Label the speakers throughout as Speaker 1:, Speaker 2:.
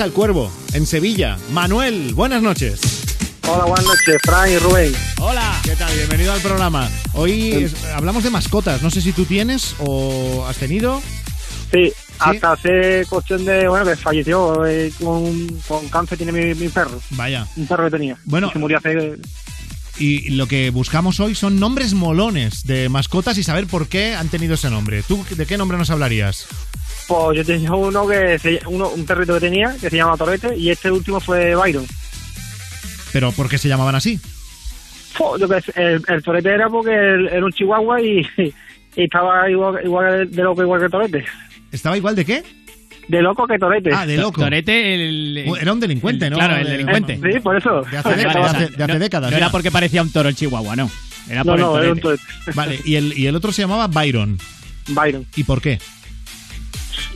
Speaker 1: al Cuervo, en Sevilla. Manuel, buenas noches.
Speaker 2: Hola, buenas noches, Fran y Rubén.
Speaker 1: Hola, ¿qué tal? Bienvenido al programa. Hoy es- hablamos de mascotas. No sé si tú tienes o has tenido.
Speaker 2: Sí, hasta hace cuestión de, bueno, que falleció eh, con, con cáncer, tiene mi, mi perro,
Speaker 1: Vaya.
Speaker 2: un perro que tenía.
Speaker 1: Bueno.
Speaker 2: Y se murió hace...
Speaker 1: Y lo que buscamos hoy son nombres molones de mascotas y saber por qué han tenido ese nombre. ¿Tú de qué nombre nos hablarías?
Speaker 2: Pues yo tenía uno que se, uno, un perrito que tenía, que se llama Torrete, y este último fue Byron.
Speaker 1: Pero ¿por qué se llamaban así?
Speaker 2: Fo, yo que sé, el, el Torrete era porque él- era un chihuahua y, y estaba igual, igual de loco igual que Torrete.
Speaker 1: ¿Estaba igual de qué?
Speaker 2: De loco que Torrete.
Speaker 1: Ah, de loco.
Speaker 3: Torete, el.
Speaker 1: Era un delincuente, ¿no?
Speaker 3: Claro, el
Speaker 1: De-
Speaker 3: delincuente.
Speaker 2: ¿Eh? Sí, por eso.
Speaker 1: De hace décadas.
Speaker 3: o
Speaker 1: de
Speaker 3: sea,
Speaker 1: hace- de hace
Speaker 3: no-
Speaker 1: décadas,
Speaker 3: No
Speaker 1: ya.
Speaker 3: era porque parecía un toro el chihuahua, no. Era
Speaker 2: No,
Speaker 3: por
Speaker 2: no,
Speaker 3: el
Speaker 2: era un
Speaker 3: torete.
Speaker 2: Torrete.
Speaker 1: Vale, y el, y el otro se llamaba Byron.
Speaker 2: Byron.
Speaker 1: ¿Y por qué?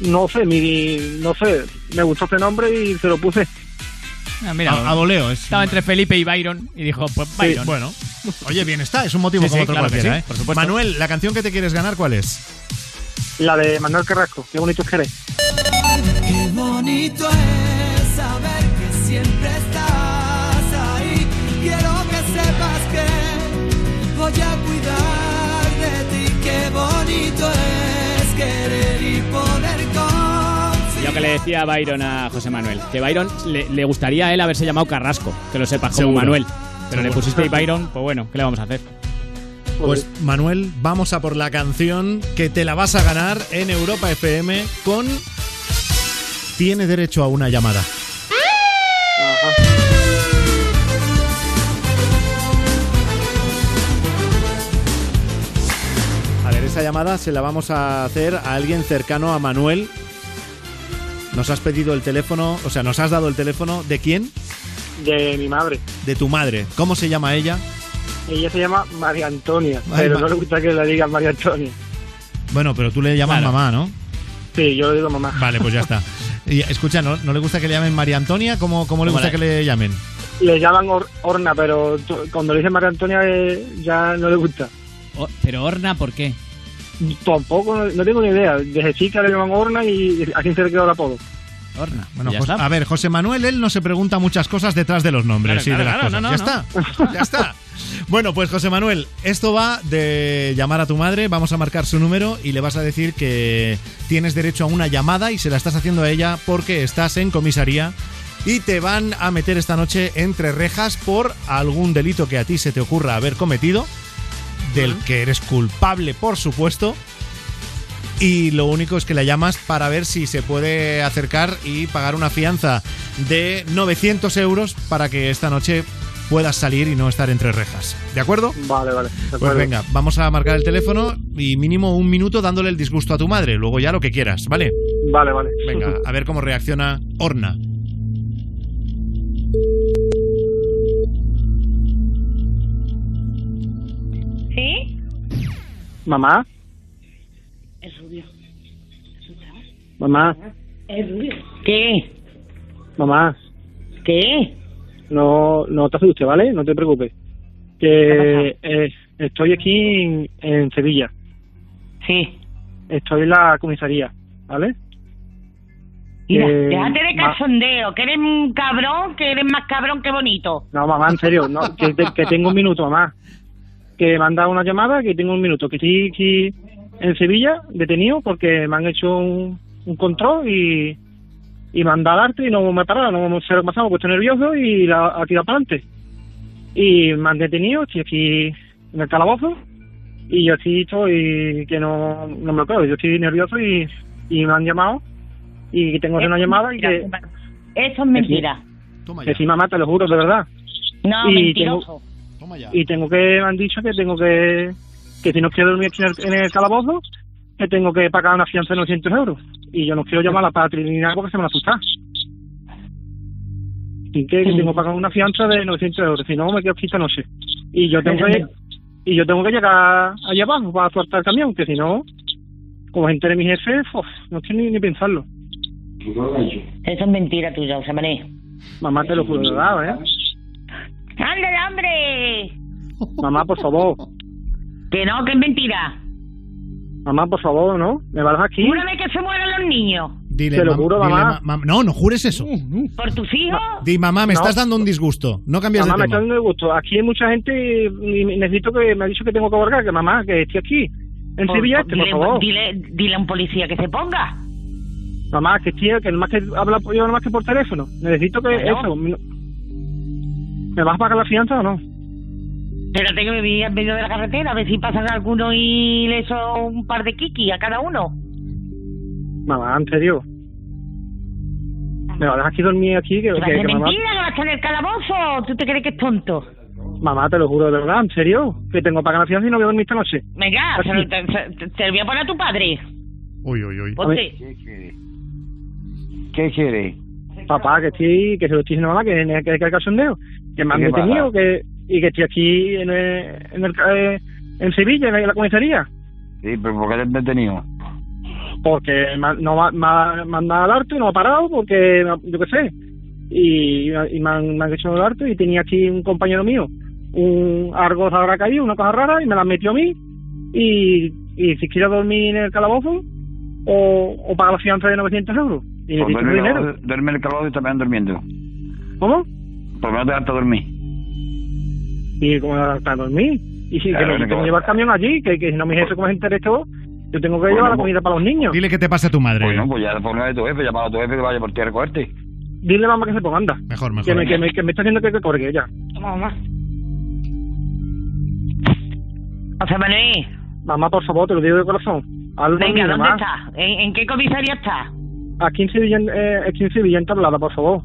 Speaker 2: No sé, mi, no sé, me gustó este nombre y se lo puse.
Speaker 3: Ah, mira,
Speaker 1: A, a voleo. Es,
Speaker 3: estaba entre Felipe y Byron y dijo, pues Byron.
Speaker 1: Bueno, oye, bien está, es un motivo
Speaker 3: Sí,
Speaker 1: como
Speaker 3: sí,
Speaker 1: otro
Speaker 3: claro que
Speaker 1: cualquiera,
Speaker 3: sí,
Speaker 1: ¿eh?
Speaker 3: por supuesto.
Speaker 1: Manuel, la canción que te quieres ganar, ¿cuál es?
Speaker 2: La de Manuel Carrasco, qué bonito es que eres.
Speaker 4: Qué bonito es saber que siempre estás ahí. Quiero que sepas que voy a cuidar de ti. Qué bonito es querer y poder confiar.
Speaker 3: Yo que le decía a Byron a José Manuel, que Byron le, le gustaría a él haberse llamado Carrasco, que lo sepas, como
Speaker 1: Seguro.
Speaker 3: Manuel. Pero le
Speaker 1: Seguro.
Speaker 3: pusiste Byron, pues bueno, ¿qué le vamos a hacer?
Speaker 1: Pues Manuel, vamos a por la canción que te la vas a ganar en Europa FM con Tiene derecho a una llamada. A ver, esa llamada se la vamos a hacer a alguien cercano a Manuel. Nos has pedido el teléfono, o sea, nos has dado el teléfono de quién?
Speaker 2: de mi madre.
Speaker 1: De tu madre. ¿Cómo se llama ella?
Speaker 2: Ella se llama María Antonia,
Speaker 1: Ay,
Speaker 2: pero
Speaker 1: ma-
Speaker 2: no le gusta que la digan María Antonia.
Speaker 1: Bueno, pero tú le llamas
Speaker 3: Claro.
Speaker 1: mamá, ¿no?
Speaker 2: Sí, yo le digo mamá.
Speaker 1: Vale, pues ya está. Y, escucha, ¿no, no le gusta que le llamen María Antonia? ¿Cómo, cómo le
Speaker 3: Como
Speaker 1: gusta
Speaker 3: la-
Speaker 1: que le llamen?
Speaker 2: Le llaman Or- Orna, pero tú- cuando le dicen María Antonia eh, ya no le gusta.
Speaker 3: O- pero Orna, ¿por qué?
Speaker 2: Tampoco, no, no tengo ni idea. Desde chica le llaman Orna y a quién se le quedó el apodo.
Speaker 3: Orna.
Speaker 1: Bueno,
Speaker 3: ya
Speaker 1: Jos-
Speaker 3: está.
Speaker 1: a ver, José ah, Manuel, él no se pregunta muchas cosas detrás de los nombres
Speaker 3: Claro,
Speaker 1: y de las
Speaker 3: claro, claro,
Speaker 1: cosas. ya está, ya está. Bueno, pues José Manuel, esto va de llamar a tu madre, vamos a marcar su número y le vas a decir que tienes derecho a una llamada y se la estás haciendo a ella porque estás en comisaría y te van a meter esta noche entre rejas por algún delito que a ti se te ocurra haber cometido, del que eres culpable, por supuesto. Y lo único es que la llamas para ver si se puede acercar y pagar una fianza de 900 euros para que esta noche puedas salir y no estar entre rejas. ¿De acuerdo?
Speaker 2: Vale, vale. de
Speaker 1: Pues
Speaker 2: acuerdo.
Speaker 1: venga, vamos a marcar el teléfono y mínimo un minuto dándole el disgusto a tu madre, luego ya lo que quieras, ¿vale?
Speaker 2: Vale, vale.
Speaker 1: Venga, a ver cómo reacciona Orna.
Speaker 5: ¿Sí?
Speaker 2: Mamá,
Speaker 5: Es rubio.
Speaker 2: mamá,
Speaker 5: Es rubio. ¿Qué?
Speaker 2: mamá.
Speaker 5: ¿Qué?
Speaker 2: No, no te asustes, ¿vale? No te preocupes. Que eh, estoy aquí en, en Sevilla.
Speaker 5: Sí.
Speaker 2: Estoy en la comisaría, ¿vale?
Speaker 5: Mira,
Speaker 2: Eh,
Speaker 5: déjate de
Speaker 2: ma-
Speaker 5: cachondeo, que eres un cabrón, que eres más cabrón que bonito.
Speaker 2: No, mamá, en serio, no, que, te- que tengo un minuto, mamá. Que me han dado una llamada, que tengo un minuto. Que estoy aquí en Sevilla, detenido, porque me han hecho un, un control y, y me han dado arte y no me he parado, no me- se lo he pasado, me he puesto nervioso y la ha tirado para adelante. Y me han detenido, estoy aquí en el calabozo y yo estoy estoy que no, no me lo creo, yo estoy nervioso y, y me han llamado y que tengo que hacer
Speaker 5: Eh,
Speaker 2: una llamada y que,
Speaker 5: Eso es mentira.
Speaker 1: Toma ya.
Speaker 2: que sí, mamá, te lo juro, de verdad.
Speaker 5: No,
Speaker 2: Y
Speaker 5: mentiroso.
Speaker 1: Toma ya.
Speaker 2: y tengo que me han dicho que tengo que que si no quiero dormir aquí en el, en el calabozo que tengo que pagar una fianza de 900 euros y yo no quiero llamar a la patria ni nada porque se me van a asustar y que, que tengo que pagar una fianza de 900 euros si no me quedo aquí esta noche y yo tengo que y yo tengo que llegar allá abajo para soltar el camión que si no como gente de mi jefe uf, no quiero ni, ni pensarlo
Speaker 5: Eso es mentira tuya, Osamané.
Speaker 2: mamá te lo juro de verdad, eh
Speaker 5: ¡Ándale, hombre!
Speaker 2: mamá por favor
Speaker 5: Que no, que es mentira.
Speaker 2: mamá por favor no me vas aquí
Speaker 5: Una vez que se mueran los niños.
Speaker 1: Dile,
Speaker 2: Te lo
Speaker 1: mam-
Speaker 2: juro,
Speaker 1: dile,
Speaker 2: mamá.
Speaker 1: ma- mam- no, no jures
Speaker 3: Uh,
Speaker 1: eso.
Speaker 5: ¿Por tus hijos?
Speaker 1: Di, mamá, me
Speaker 2: No.
Speaker 1: estás dando un disgusto. No cambies
Speaker 2: Mamá, me
Speaker 1: de
Speaker 2: está
Speaker 1: tema.
Speaker 2: dando el gusto. Aquí hay mucha gente y necesito que me ha dicho que tengo que abarcar, que mamá, que estoy aquí. En
Speaker 5: Por-
Speaker 2: Sevilla,
Speaker 5: por-
Speaker 2: que por
Speaker 5: dile-
Speaker 2: favor.
Speaker 5: Dile, dile a un policía que se ponga.
Speaker 2: Mamá, que estoy, que nomás que habla yo nomás que por teléfono. Necesito que
Speaker 5: Bueno.
Speaker 2: eso. mi- ¿Me vas a pagar la fianza o no?
Speaker 5: Espérate que me vi en medio de la carretera, a ver si pasan alguno y le echo un par de kiki a cada uno.
Speaker 2: Mamá, en serio. Me vas a dejar aquí dormir aquí, que,
Speaker 5: Que va a
Speaker 2: que-
Speaker 5: ser
Speaker 2: que mamá,
Speaker 5: mentira, que va a estar en el calabozo. ¿Tú te crees que es tonto?
Speaker 2: mamá, te lo juro de verdad, en serio, que tengo que pagar la fianza y no voy a dormir esta noche.
Speaker 5: Venga,
Speaker 2: Así.
Speaker 5: se lo- te, se- te lo voy a poner a tu padre.
Speaker 1: Uy, uy, uy.
Speaker 5: Ponte.
Speaker 6: ¿Qué quiere? ¿Qué quiere?
Speaker 2: Papá, que estoy, que se lo estoy diciendo a mamá, que que- que hay que el cachondeo, que me han
Speaker 6: ¿Qué pasa?
Speaker 2: detenido, que, y que estoy aquí en, eh, en, el, ca- eh, en Sevilla, en la comisaría,
Speaker 6: Sí, pero ¿por qué te has detenido?
Speaker 2: porque me, ha- no, me ha- me ha me han dado el arte, no ha parado, porque me ha- yo qué sé, y, y me, han, me han hecho el arte, y tenía aquí un compañero mío, un algo se habrá caído, una cosa rara, y me la metió a mí, y, y si quiero dormir en el calabozo, o, o pagar la fianza de 900 euros, y
Speaker 6: Pues
Speaker 2: necesito
Speaker 6: duerme, en el
Speaker 2: dinero.
Speaker 6: calabozo- duerme en el calabozo y también durmiendo.
Speaker 2: ¿Cómo?
Speaker 6: Por lo menos te harta dormir.
Speaker 2: y como para dormir. Y si
Speaker 6: Claro,
Speaker 2: que me, que
Speaker 6: que
Speaker 2: me
Speaker 6: va.
Speaker 2: lleva el camión allí, que, que si no me dice cómo se entere esto, yo tengo que
Speaker 6: Bueno,
Speaker 2: llevar la
Speaker 6: pues-
Speaker 2: comida para los niños.
Speaker 1: Dile
Speaker 2: Dile,
Speaker 1: que te pase a tu madre.
Speaker 6: Pues no, pues ya ponga de tu jefe, llama a tu jefe que vaya por ti a recogerte.
Speaker 2: a mamá que se ponga, anda.
Speaker 1: Mejor,
Speaker 2: Que me,
Speaker 1: mejor.
Speaker 2: que, me, que me está haciendo que, que corgue ya.
Speaker 5: Mamá. José Manuel,
Speaker 2: Mamá, por favor, te lo digo de corazón. Hazlo por mí,
Speaker 5: venga, ¿dónde
Speaker 2: mamá.
Speaker 5: estás? ¿En, en qué comisaría estás?
Speaker 2: Aquí en Sevilla, en- eh, aquí en Sevilla, en Tablada, por favor.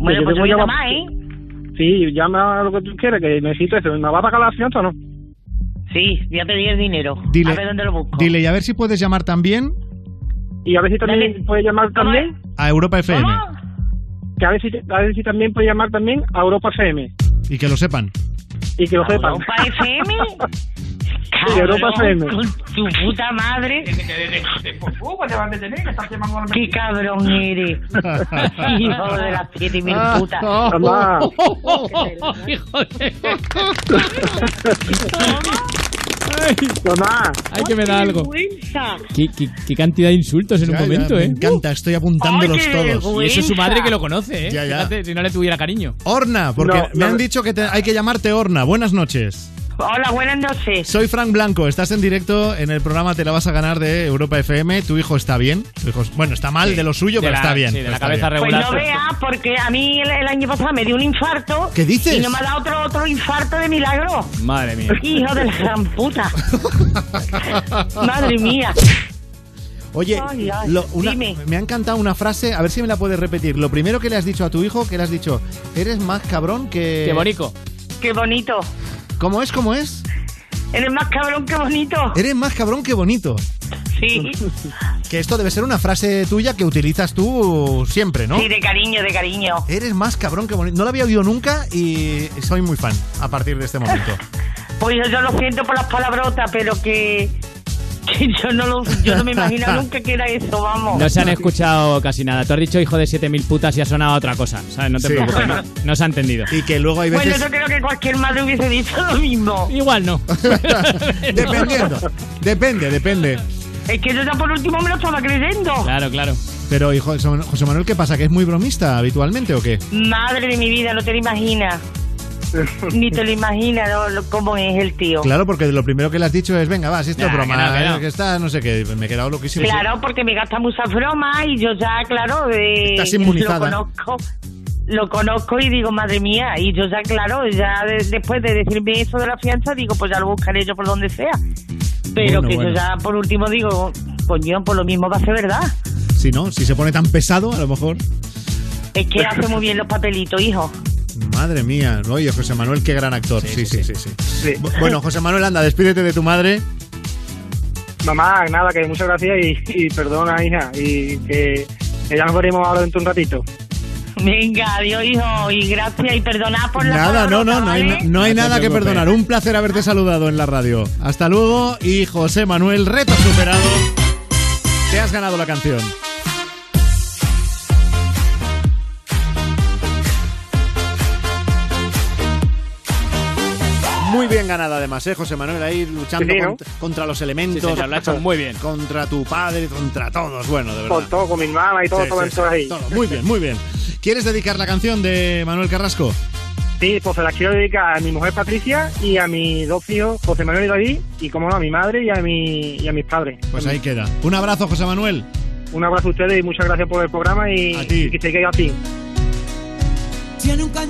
Speaker 5: Bueno,
Speaker 2: yo
Speaker 5: pues
Speaker 2: tengo
Speaker 5: yo
Speaker 2: ya
Speaker 5: más,
Speaker 2: bast-
Speaker 5: ¿eh?
Speaker 2: Sí, llama lo que tú quieras, que necesito eso. ¿Me va a pagar la fianza o no?
Speaker 5: Sí, voy a pedir el dinero.
Speaker 1: Dile-
Speaker 5: a ver dónde lo busco.
Speaker 1: Dile, y a ver si puedes llamar también
Speaker 2: Y a ver si también
Speaker 5: Dale.
Speaker 2: puede llamar
Speaker 5: ¿Cómo
Speaker 2: también,
Speaker 1: a Europa FM.
Speaker 5: ¿Cómo?
Speaker 2: que a ver, si, a ver si también puede llamar también a Europa FM.
Speaker 1: Y que lo sepan.
Speaker 2: Y que lo sepan.
Speaker 5: ¿Europa FM?
Speaker 2: Sí, Europa
Speaker 5: Cabrón,
Speaker 2: FM.
Speaker 5: Con tu puta madre. Qué cabrón eres. Hijo de las siete mil
Speaker 1: Ah,
Speaker 3: Ah,
Speaker 5: putas.
Speaker 2: Mamá.
Speaker 3: Oh, Hijo de...
Speaker 2: Mamá.
Speaker 3: Ay, que me da algo. Qué, qué- qué cantidad de insultos en un
Speaker 1: Ya, ya,
Speaker 3: momento,
Speaker 1: me
Speaker 3: ¿eh?
Speaker 1: encanta, estoy apuntándolos
Speaker 5: Ay, qué
Speaker 1: todos.
Speaker 5: vergüenza.
Speaker 3: Y eso es su madre que lo conoce, ¿eh?
Speaker 1: Ya, ya.
Speaker 3: Fíjate, si no le tuviera cariño.
Speaker 1: Orna, porque
Speaker 2: No,
Speaker 1: me
Speaker 2: no.
Speaker 1: han dicho que te- hay que llamarte Orna. Buenas noches.
Speaker 5: Hola, buenas noches.
Speaker 1: Soy Frank Blanco, estás en directo en el programa Te la vas a ganar de Europa FM. Tu hijo está bien. Tu hijo, es- bueno, está mal de lo suyo,
Speaker 3: De
Speaker 1: pero
Speaker 3: la-
Speaker 1: está bien.
Speaker 3: sí, de
Speaker 1: pero
Speaker 3: la
Speaker 1: está
Speaker 3: cabeza
Speaker 1: bien.
Speaker 5: Pues
Speaker 3: regular.
Speaker 5: no veas, porque a mí el, el año pasado me dio un infarto.
Speaker 1: ¿Qué dices?
Speaker 5: Y no me ha dado otro, otro infarto de milagro.
Speaker 3: Madre mía.
Speaker 5: Hijo de la gran puta. Madre mía.
Speaker 1: Oye,
Speaker 5: Ay, ay,
Speaker 1: lo- una-
Speaker 5: dime.
Speaker 1: me ha encantado una frase, a ver si me la puedes repetir. Lo primero que le has dicho a tu hijo, que le has dicho, eres más cabrón que...
Speaker 3: Qué bonito.
Speaker 5: Qué bonito.
Speaker 1: ¿Cómo es? ¿Cómo es?
Speaker 5: Eres más cabrón que bonito.
Speaker 1: Eres más cabrón que bonito.
Speaker 5: Sí.
Speaker 1: Que esto debe ser una frase tuya que utilizas tú siempre, ¿no?
Speaker 5: Sí, de cariño, de cariño.
Speaker 1: Eres más cabrón que bonito. No la había oído nunca y soy muy fan a partir de este momento.
Speaker 5: Pues yo, yo lo siento por las palabrotas, pero que, que yo no lo, yo no me imagino nunca que era eso, vamos.
Speaker 3: No se han escuchado casi nada. Tú has dicho hijo de 7000 putas y ha sonado otra cosa. ¿Sabes? No te
Speaker 1: Sí.
Speaker 3: preocupes. No, no se ha entendido.
Speaker 1: Y que luego hay
Speaker 5: bueno,
Speaker 1: veces...
Speaker 5: yo creo que cualquier madre hubiese dicho lo mismo.
Speaker 3: Igual no.
Speaker 1: Dependiendo. Depende, depende.
Speaker 5: Es que yo ya por último me lo estaba creyendo.
Speaker 3: Claro, claro.
Speaker 1: Pero, hijo, José Manuel, ¿qué pasa? ¿Que es muy bromista habitualmente o qué?
Speaker 5: Madre de mi vida, no te lo imaginas. Ni te lo imaginas ¿no? Lo- cómo es el tío.
Speaker 1: Claro, porque lo primero que le has dicho es, venga, va, si esto es
Speaker 3: Nah,
Speaker 1: broma,
Speaker 3: que no, que
Speaker 1: eh,
Speaker 3: no.
Speaker 1: que está, no sé qué, me he quedado loquísimo.
Speaker 5: Claro, porque me gasta muchas bromas y yo ya, claro, de,
Speaker 1: Estás inmunizada.
Speaker 5: lo conozco. Lo conozco y digo, madre mía, y yo ya, claro, ya de- después de decirme eso de la fianza, digo, pues ya lo buscaré yo por donde sea. Pero
Speaker 1: Bueno,
Speaker 5: que
Speaker 1: bueno.
Speaker 5: yo ya, por último, digo, coño, por lo mismo va a ser verdad.
Speaker 1: Si no, si se pone tan pesado, a lo mejor.
Speaker 5: Es que hace muy bien los papelitos, hijo.
Speaker 1: Madre mía, oye, José Manuel, qué gran actor. Sí, sí, sí. sí, Bu- Bueno, José Manuel, anda, despídete de tu madre.
Speaker 2: Mamá, nada, que muchas gracias y, y perdona, hija. Y que, que ya nos veremos ahora dentro de un ratito.
Speaker 5: Venga, adiós, hijo, y gracias y perdonad por la
Speaker 1: Nada, no, no,
Speaker 5: palabrota,
Speaker 1: no hay,
Speaker 5: ¿vale?
Speaker 1: no hay
Speaker 3: No te
Speaker 1: nada que
Speaker 3: preocupes.
Speaker 1: perdonar. Un placer haberte saludado en la radio. Hasta luego y José Manuel, reto superado. Te has ganado la canción. Muy Muy bien ganada además, ¿eh, José Manuel? Ahí luchando
Speaker 2: Sí, ¿no?
Speaker 1: cont- contra los elementos.
Speaker 3: Sí, señor, lo ha hecho muy bien.
Speaker 1: Contra tu padre, contra todos. Bueno, de
Speaker 2: Con
Speaker 1: verdad.
Speaker 2: todo, con mi hermana y todo,
Speaker 1: Sí,
Speaker 2: todo,
Speaker 1: sí, sí,
Speaker 2: todo ahí.
Speaker 1: todo. Muy bien, muy bien. ¿Quieres dedicar la canción de Manuel Carrasco?
Speaker 2: Sí, pues se las quiero dedicar a mi mujer Patricia y a mis dos hijos, José Manuel y David, y como no, a mi madre y a, mi, y a mis padres.
Speaker 1: Pues ahí queda. Un abrazo, José Manuel.
Speaker 2: Un abrazo a ustedes y muchas gracias por el programa y,
Speaker 1: A ti.
Speaker 2: y que se quede así.
Speaker 4: Tiene un cañón.